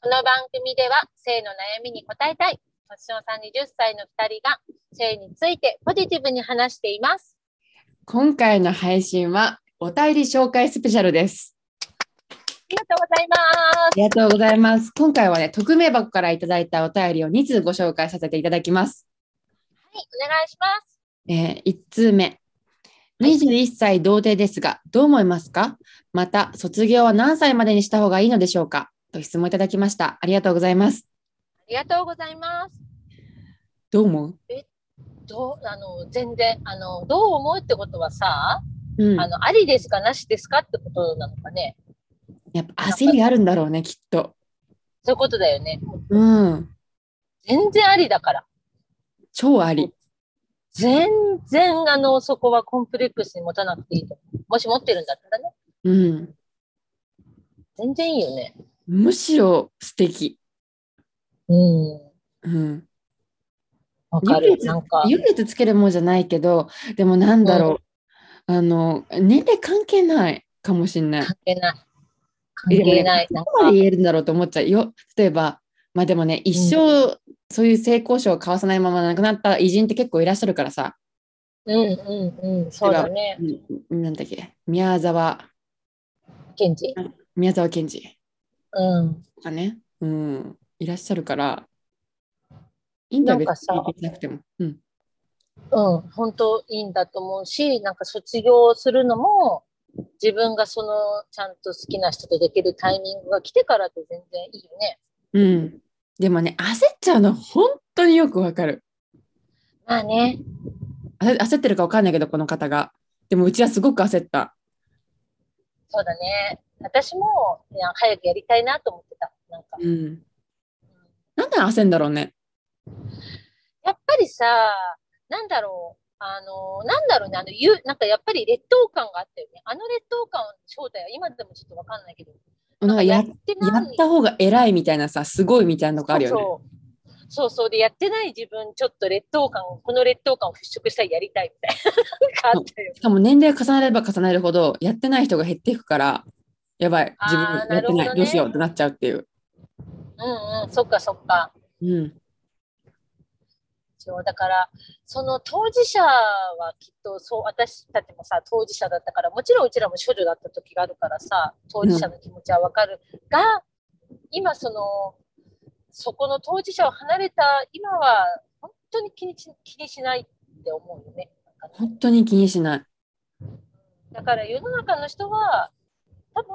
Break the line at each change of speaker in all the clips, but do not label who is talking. この番組では性の悩みに答えたい年の30歳の2人が性についてポジティブに話しています。
今回の配信はお便り紹介スペシャルです。
ありがとうございま
ありがとうございます。今回はね、匿名箱からいただいたお便りを2通ご紹介させていただきます。
す。はい、お願いします。
えー、1通目。21歳童貞ですが、どう思いますかまた、卒業は何歳までにした方がいいのでしょうかと質問いただきました。ありがとうございます。
ありがとうございます。
どう思う
どうあの全然あのどう思うってことはさ、
うん。
あのありですかなしですかってことなのかね。
やっぱ焦りあるんだろうね、きっと。
そういうことだよね。
うん。
全然ありだから。
超あり。
全然あのそこはコンプレックスに持たなくていいと思う。もし持ってるんだったらね。
うん。
全然いいよね。
むしろ素敵。
うん。
うん。
わかる
唯。一
なんか。
優劣つけるもんじゃないけどでもなんだろう、あの年齢関係ないかもしれない
関係ない。関係ない。なん
どこま
か
で言えるんだろうと思っちゃうよ例えばまあでもね一生そういう性交渉を交わさないまま亡くなった偉人って結構いらっしゃるからさ、
うんうんうん、そうだね。
うんなんだっけ宮沢
ケンジ。
宮沢賢治
うん。
とかね、うん、いらっしゃるからインタビュー
なんかさ
聞いてなくても、うん、
うん、本当いいんだと思うし、なんか卒業するのも、自分がその、ちゃんと好きな人とできるタイミングが来てからって全然いいよね。
うん、でもね焦っちゃうの本当によくわかる
まあね。
焦焦ってるかわかんないけどこの方がでもうちはすごく焦った
そうだね。私も、いや早くやりたいなと思ってた。なんか。
うんなんで焦んだろうね
やっぱりさ、なんだろう。あの、なんだろうね。あの、ゆなんかやっぱり劣等感があったよね。あの劣等感の正体は今でもちょっとわかんないけど。
なんかやや
って
った方が偉いみたいなさすごいみたいなのがあるよね
そうそうそうそうでやってない自分ちょっと劣等感をこの劣等感を払拭したいやりたいみたいななんかあったよ
しかも年齢重ねれば重ねるほどやってない人が減っていくからやばい
あー
自分や
な
っ
る
て
ほど
ない
ね
ど,、うしようってなっちゃうっていう、
うんうんそっかそっか
うん、
そうだからその当事者はきっとそう私たちもさ当事者だったからもちろんうちらも処女だった時があるからさ当事者の気持ちはわかるが、今そのそこの当事者を離れた今は本当に気にし気にしないって思うよねなんかね
本当に気にしない
だから世の中の人は多分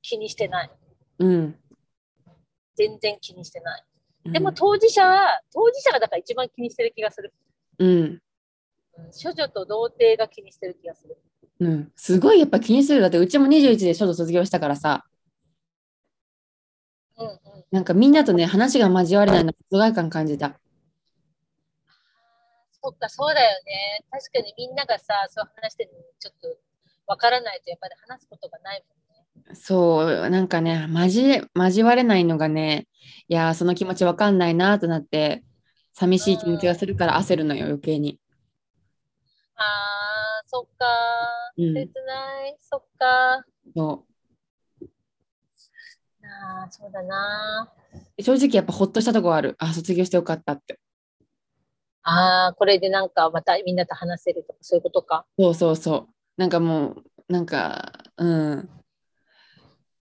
気にしてない。
うん
全然気にしてない。
うん
でも当事者は、当事者がだから一番気にしてる気がする。
うん
うん処女と童貞が気にしてる気がする。
うん、すごいやっぱ気にするだってうちも21で書道卒業したからさ
うんうん。
なんかみんなとね話が交われないの疎外感感じた
そっか、そうだよね。確かにみんながさ、そう話してるのにちょっとわからないとやっぱり話すことがないもんね。
そう、なんかね、交え、交われないのがね、いやー、その気持ちわかんないなとなって、寂しい気持ちがするから焦るのよ、余計に。
あー、そっか。
うん
切ない。そっか。
そ
あー、そうだな。
う正直やっぱほっとしたとこはある。あ、卒業してよかったって。
あー、これでなんかまたみんなと話せるとか、そういうことか。
そうそうそう。なんかもう、なんか、うん。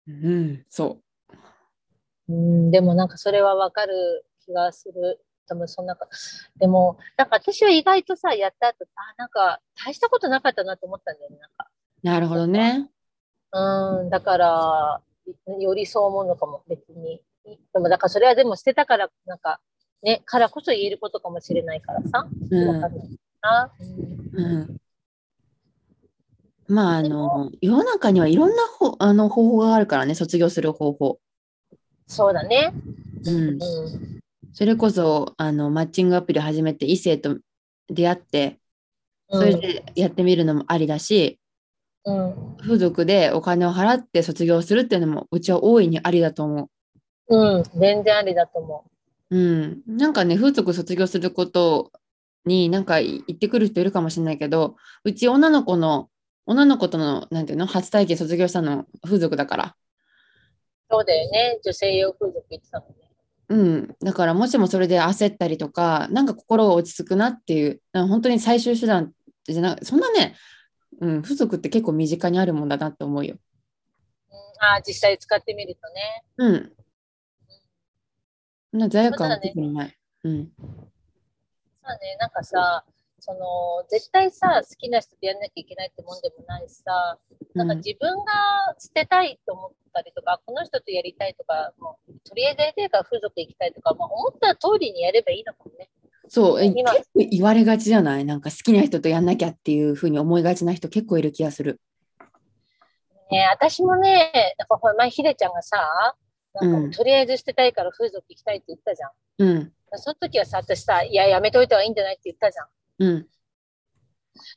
うん、そ
うん、でもなんかそれはわかる気がする。多分そんなか、 でも、なんか私は意外とさ、やった後、あ、なんか大したことなかったなと思ったんだよね、なん
う。なるほどね。
か。うん、だから、よりそう思うのかも、別に。でも、だからそれはでも捨てたから、なんか、ね、からこそ言えることかもしれないからさ、
う
わ
ん
か。るな。うん
うんまあ、あの、世の中にはいろんなほあの方法があるからね、卒業する方法。
そうだね。
うん。
うん。
それこそあのマッチングアプリ始めて異性と出会ってそれでやってみるのもありだし、
うん。
風俗でお金を払って卒業するっていうのもうちは大いにありだと思
うん、全然ありだと思う。
う。うん、なんかね風俗卒業することになんか言ってくる人いるかもしれないけどうち女の子の女の子とのなんていうの初体験卒業したの風俗だから。
そうだよね。女性用風俗行ってたもんね。
うん、だからもしもそれで焦ったりとか、なんか心が落ち着くなっていう、なんか本当に最終手段じゃなそんなね、うん、付属って結構身近にあるもんだなって思うよ。
うん、ああ、実際使ってみるとね。
うん。そんな罪悪感は特にない。うん。
まあね、なんかさ、その絶対さ、好きな人とやんなきゃいけないってもんでもないしさ、なんか
うん
自分が捨てたいと思ったりとか、この人とやりたいとか、もうとりあえずやりたいから風俗行きたいとか、まあ、思った通りにやればいいのかもね。
そう、え結
今
構言われがちじゃないなんか好きな人とやんなきゃっていうふうに思いがちな人結構いる気がする。
ね私もね、やっぱほら前、ひでちゃんがさ、なんかもう
うん
とりあえず捨てたいから風俗行きたいって言ったじゃん。
うん、
その時はさ、私さ、いや、やめといた方がいいんじゃないって言ったじゃん。
うん、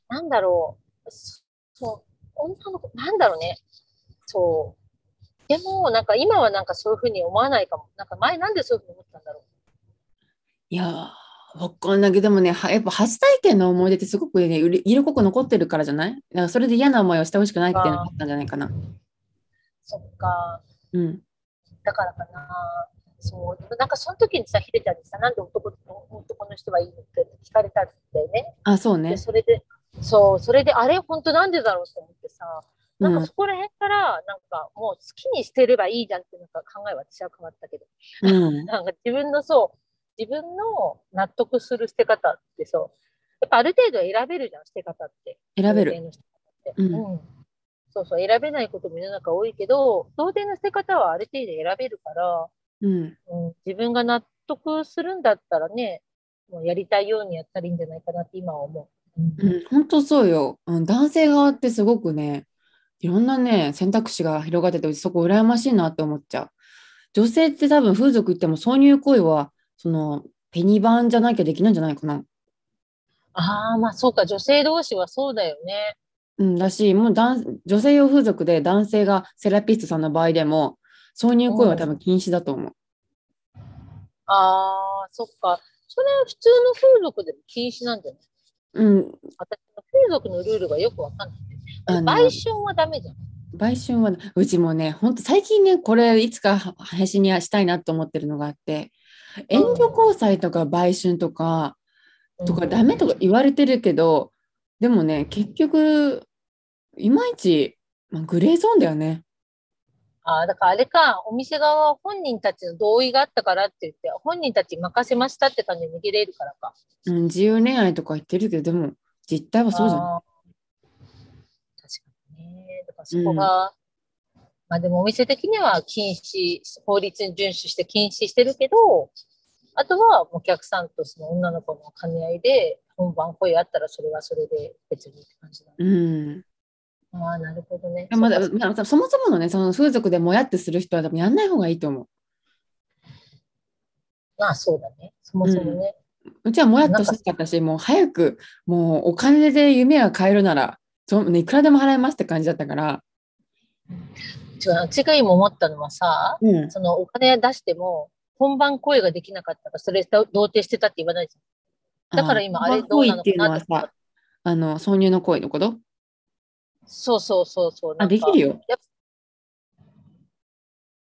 なんだろう、そそう、女の子、なんだろうね、そう。でも、なんか今はなんかそういうふうに思わないかも。なんか前なんでそういうふうに思ったんだろ
いやー、わかんないけど、でもね、はやっぱ初体験の思い出ってすごくね、うり色濃く残ってるからじゃないだからそれで嫌な思いをしてほしくないっていうのがあったんじゃないかな。
う。そっか、
うん。
だからかな。そう、でもなんかその時にさ、ひでちゃんにさ、なんで男と男の人はいいのって聞かれたんだよね。
あ、そうね
で、。それで、そう、それで、あれ、本当なんでだろうと思ってさ、
う
なん
ん
かそこら辺から、なんかもう好きにしてればいいじゃんっていうのが考えは私は変わったけど。
う ん、
なんか自分のそう、自分の納得する捨て方ってそう、やっぱある程度選べるじゃん、捨て方って。
選
童
べる。
貞の捨て方って
う
うんんそうそう、選べないことも世の中多いけど、童貞の捨て方はある程度選べるから、
うん、
うん、自分が納得するんだったらね、もうやりたいようにやったらいいんじゃないかなって今は思う。うん
うん、本当そうよ、うん。男性側ってすごくね、いろんなね、選択肢が広がってて、そこ羨ましいなって思っちゃう。女性って多分風俗行っても挿入行為は、その、ペニバンじゃなきゃできないんじゃないかな。
ああ、まあそうか、女性同士はそうだよね。
うん、だし、もう男女性用風俗で男性がセラピストさんの場合でも、挿入行為は多分禁止だと思う。
ああ、そっか。それは普通の風俗でも禁止なんじゃない
うん、
私の風俗のルールがよくわかんない。
あの
売春はダメじゃん。
売春はうちもね、本当最近ね、これいつか配信にしたいなと思ってるのがあって、援助交際とか売春とか、とかダメとか言われてるけど、でもね、結局、いまいち、まあ、グレーゾーンだよね。
ああ、だからあれか、お店側は本人たちの同意があったからって言って、本人たちに任せましたって感じで逃げれるからか。
うん、自由恋愛とか言ってるけど、でも実態はそうじゃない。
あー確かにね。だからそこが、まあでもお店的には禁止、法律に遵守して禁止してるけど、あとはお客さんとその女の子の兼ね合いで、本番声あったらそれはそれで別にって感じだね。
うん
ああ、なるほどね。
まだ
そうか
まあそもそものね、その風俗でもやってする人は多分やんない方がいいと思
まあそうだね。そもそもね。
うんう。うちはもやっとしたかったし、もう早く、もうお金で夢が買えるなら、そうね、いくらでも払いますって感じだったから。
違う、違が今思ったのはさ、
うん、
そのお金出しても、本番声ができなかったから、それ童貞してたって言わないじゃん。だから今、あれどうなの
行為っ
か
ていうの
な
は
って思った
さ、あの挿入の行為のこと
そうそうそうそう。な
あ
んか
できるよ。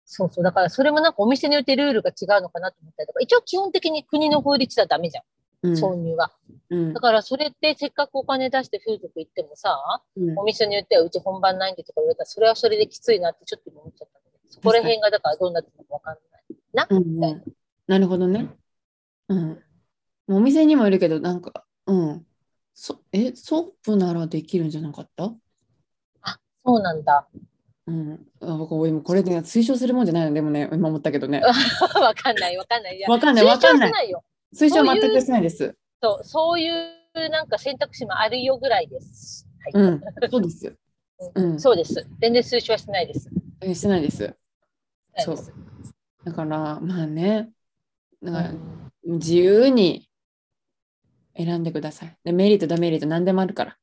そうそう。だからそれもなんかお店によってルールが違うのかなと思ったりとか、一応基本的に国の法律ではダメじゃ、
うんん
挿入が。
うん
だからそれってせっかくお金出して風俗行ってもさ、
うん
お店によってはうち本番ないんでとか言われたら、それはそれできついなってちょっと今思っちゃったんだけど。そこら辺がだからどうなってるのかわかんない。
うんうんなるほどね。うん、もうお店にもいるけど、なんか、うん。そえ、ソープならできるんじゃなかった
そうなんだ。
うん、あ僕今これで、ね、推奨するもんじゃないのでもね今思ったけどね
わかんない、わかんない。いや
わかんない
推
わ
奨
かん
し
な
て
い
ないよ。
推奨は全くしてないです
そう、そういうなんか選択肢もあるよぐらいです。はい。
うん、そうですよ。う ん、
そうです。全然推奨はしてないです。
えしてないです。
ないです
そうだから、まあね、だから
うん
自由に選んでください。でメリット、デメリット、何でもあるから。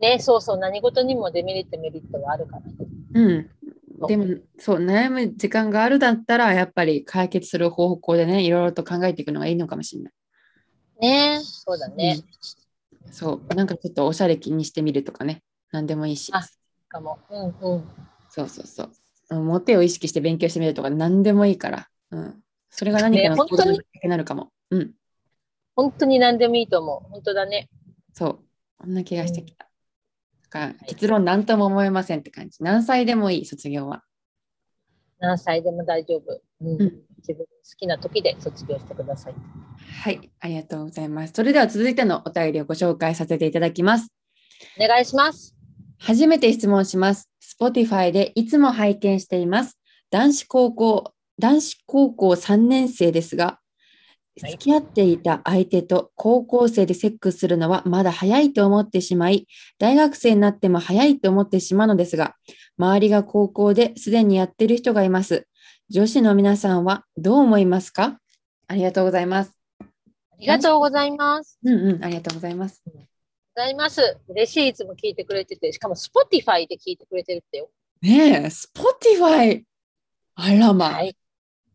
ね、そうそう、何事にもデメリット、メリットはあるから。
うん。
そう
でも、そう、悩む時間があるだったら、やっぱり解決する方向でね、いろいろと考えていくのがいいのかもしれない。
ね、そうだね。
そう、なんかちょっとおしゃれ気にしてみるとかね、何でもいいし。
あかも。うんうん。
そうそうそう。うんモテを意識して勉強してみるとか何でもいいから、うん、それが何か
ね
の
本当に
行動になるかも、うん
本当に何でもいいと思う。本当だね。
そうこんな気がしてきた、だから結論何とも思えませんって感じ何歳でもいい卒業は
何歳でも大丈夫。うん
うん
自分の好きな時で卒業してください。
はいありがとうございますそれでは続いてのお便りをご紹介させていただきます
お願いします。
初めて質問します。Spotify でいつも拝見しています。男子高校、男子高校3年生ですが、
はい
付き合っていた相手と高校生でセックスするのはまだ早いと思ってしまい、大学生になっても早いと思ってしまうのですが、周りが高校ですでにやっている人がいます。女子の皆さんはどう思いますかありがとうございます。
ありがとうございます。
うんうん、ありがとうございます。
ございます。嬉しい。いつも聞いてくれてて、しかも Spotify で聞いてくれてるってよ。
ねえ、Spotify! あらま
はい。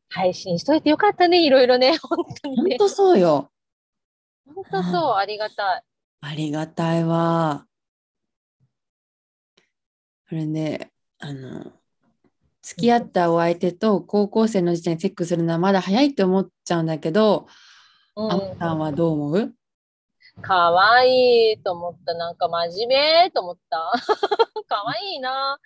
配信しといてよかったね。いろいろね。 本当に
本
ね。
当そうよ。
本当そう。ありがたい。
ありがたいわ。これね、あの、付き合ったお相手と高校生の時点でチェックするのはまだ早いって思っちゃうんだけど、
うん
あんさんはどう思う
かわいいと思った。なんか真面目と思った。かわいいな。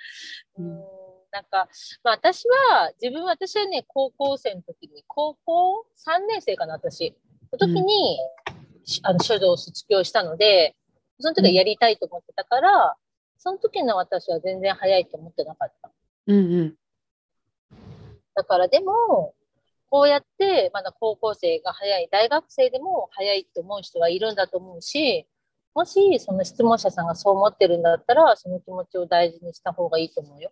う
うんん、
なんか、まあ私は、自分、私はね、高校生の時に、高校3年生かな、私。の時に、しあの書道を卒業したので、その時はやりたいと思ってたから、その時の私は全然早いと思ってなかった。
うんうん。
だからでも、こうやって、まだ高校生が早い、大学生でも早いと思う人はいるんだと思うし、もし、その質問者さんがそう思ってるんだったら、その気持ちを大事にした方がいいと思うよ。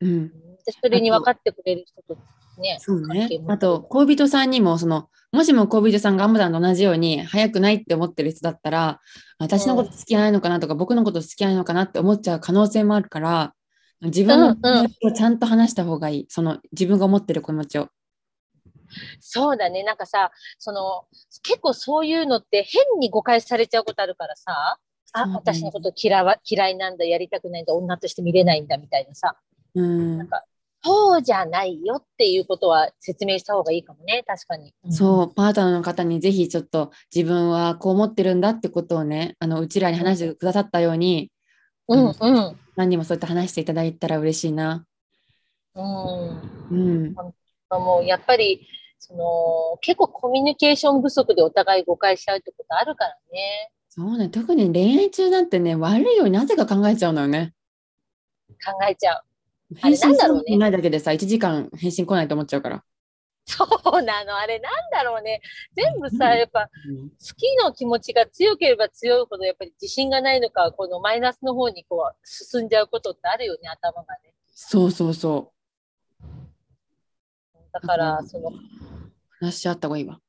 うん、
でそれに分かってくれる人とね、
そう
関
ね
係。も
あと、恋人さんにも、その、もしも恋人さんがアムダンと同じように、早くないって思ってる人だったら、私のこと好きないのかなとか、僕のこと好きないのかなって思っちゃう可能性もあるから、自分の気持ちをちゃんと話した方がいい。その、自分が思ってる気持ちを。
そうだね、なんかさ、その、結構そういうのって変に誤解されちゃうことあるからさ、
そう
あ、
ね
私のこと嫌わ嫌いなんだ、やりたくないんだ、女として見れないんだみたいなさ、
うん
なん、か、そうじゃないよっていうことは説明した方がいいかもね、確かに。
そうパートナーの方にぜひちょっと自分はこう思ってるんだってことをねあのうちらに話してくださったように
うん、うん、うん。
何にもそうやって話していただいたら嬉しいな。うん、
もうやっぱり、その、結構コミュニケーション不足でお互い誤解しちゃうってことあるからね。
そうね特に恋愛中なんてね悪いようになぜか考えちゃうのよね。
考えちゃう。 あ
返
れな
信
ん
し
だろうね
てないだけでさ1時間返信来ないと思っちゃうから。
そうなの、あれなんだろうね。全部さ、
うん
やっぱ、好きの気持ちが強ければ強いほど、やっぱり自信がないのか、このマイナスの方にこう進んじゃうことってあるよね、頭がね。
そうそうそ
だから、
うん
その、
う話し合った方がいいわ。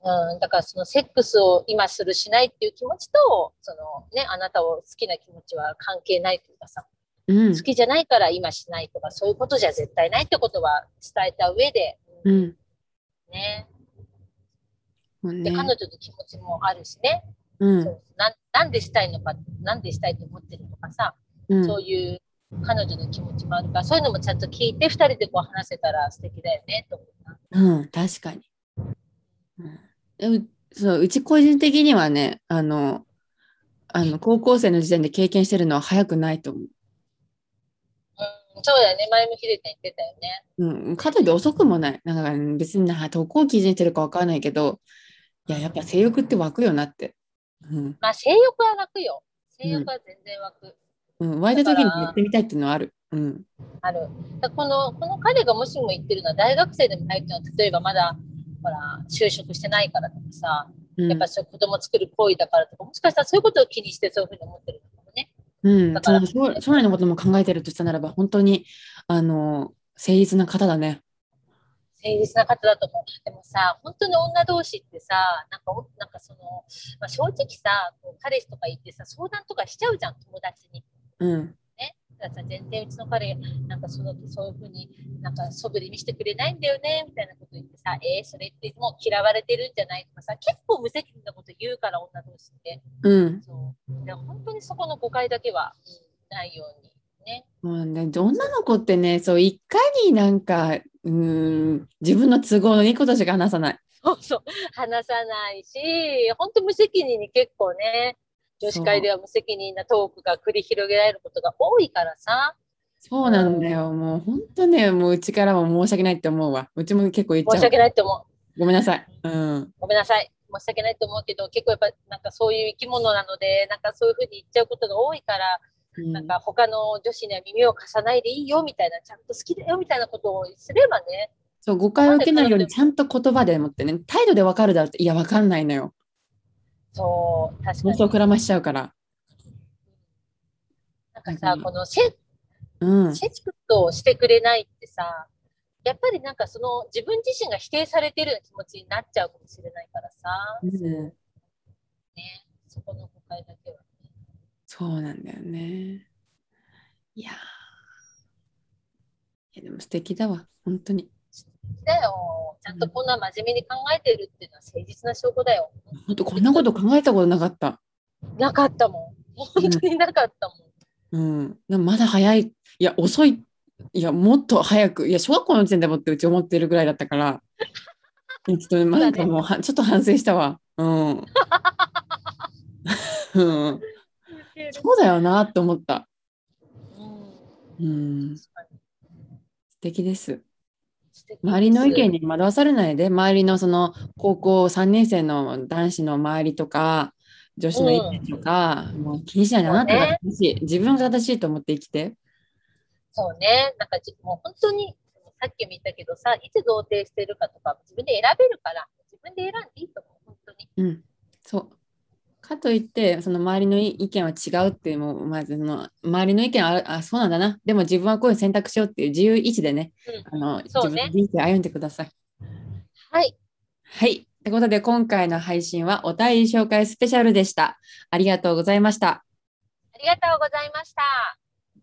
うん、だからそのセックスを今するしないっていう気持ちと、そのね、あなたを好きな気持ちは関係ないというかさ、
うん
好きじゃないから今しないとか、そういうことじゃ絶対ないってことは伝えた上で、
う
うん
ん
ね。
もう
で、
ね
彼女と気持ちもあるしね、
うん
そうななんでしたいのか、なんでしたいと思ってるのかさ、
うん
そういう彼女の気持ちもあるから、そういうのもちゃんと聞いて、2人でこう話せたら素敵だよねと思うな。
うん、確かに。うん、うそううち個人的にはねあのあの高校生の時点で経験してるのは早くないと思
うん、そうだよね、前もひでちゃん言ってたよね。
う。うん、かといって遅くもない。なんかうん別になどこを基準にしてるかわからないけどいややっぱ性欲って湧くよなって。うん
まあ、性欲は湧くよ。性欲は全然湧く。
うん、湧いた時にやってみたいっていうのはある。うん、
ある。だこの、この彼がもしも言ってるのは大学生でもないっていうのは、例えばまだ、ほら、就職してないからとかさ、
うん
やっぱそういう子供作る行為だからとか、もしかしたらそういうことを気にしてそういうふうに思ってるのかもね。
うん
だか
そ
ら
の将将来のことも考えてるとしたならば本当にあの誠実な方だね。
誠実な方だと思う。でもさ、本当に女同士ってさ、なんかお、なんかその、まあ、正直さ、こう彼氏とか言ってさ、相談とかしちゃうじゃん、友達に。
うん、
だからさ全然うちの彼なんかそのそういうふうになんかそぶり見せてくれないんだよねみたいなこと言ってさえー、それってもう嫌われてるんじゃないとかさ結構無責任なこと言うから女同士って
うん
そうで本当にそこの誤解だけは、うんないようにね。
うんね、女の子ってね、そういかになんか、うーん、自分の都合のいいことしか話さない。
そうそう。話さないし、本当無責任に結構ね、女子会では無責任なトークが繰り広げられることが多いからさ、
そうなんだよ、もう本当ね、もううちからも申し訳ないって思うわ。うちも結構言っ
申し
ちゃう。
訳ないと思う。
ごめんなさい。うん。
ごめんなさい。申し訳ないと思うけど、結構やっぱなんかそういう生き物なので、なんかそういうふうに言っちゃうことが多いから、
うん
なんか他の女子には耳を貸さないでいいよみたいな、ちゃんと好きだよみたいなことをすればね、
そう誤解を受けないようにちゃんと言葉でもってね態度で分かるだろうっていや分かんないのよ
そう、確か
妄想
に。
くらましちゃうから
なんかさ、このセ
うん
チクッとしてくれないってさ、やっぱりなんかその自分自身が否定されてるような気持ちになっちゃうかもしれないからさ、
うん
ね、そこの誤解だけは。
そうなんだよねいやーいやでも素敵だわ本当に
だよ。ちゃんとこんな真面目に考えてるっていうのは誠実な証拠だよ。
本当こんなこと考えたことなかった
なかったもん。本当になかったもん。
うんでもまだ早いいや遅いいやもっと早くいや小学校の時点でもってうち思ってるぐらいだったからいやちょっとねなんかもうはちょっと反省したわうんうんそうだよなと思った。
うん。
うん、素
確かに
敵です。
素敵
周りの意見に惑わされないで、周りのその高校3年生の男子の周りとか、女子の意見とか、もう気にしないであなたが正しい、自分が正しいと思って生きて。
そうね。なんかじもう本当に、さっきも言ったけどさ、いつ贈呈してるかとか、自分で選べるから、自分で選んでいいと思う。本当に。
うん、そう。かといって、その周りの意意見は違うって、もうまずその周りの意見はああそうなんだな、でも自分はこういう選択しようっていう自由意志でね、
う
あの自
そう
分
ね
の人生歩んでください。
はい。
はい。ということで、今回の配信はお便り紹介スペシャルでした。ありがとうございました。
ありがとうございました。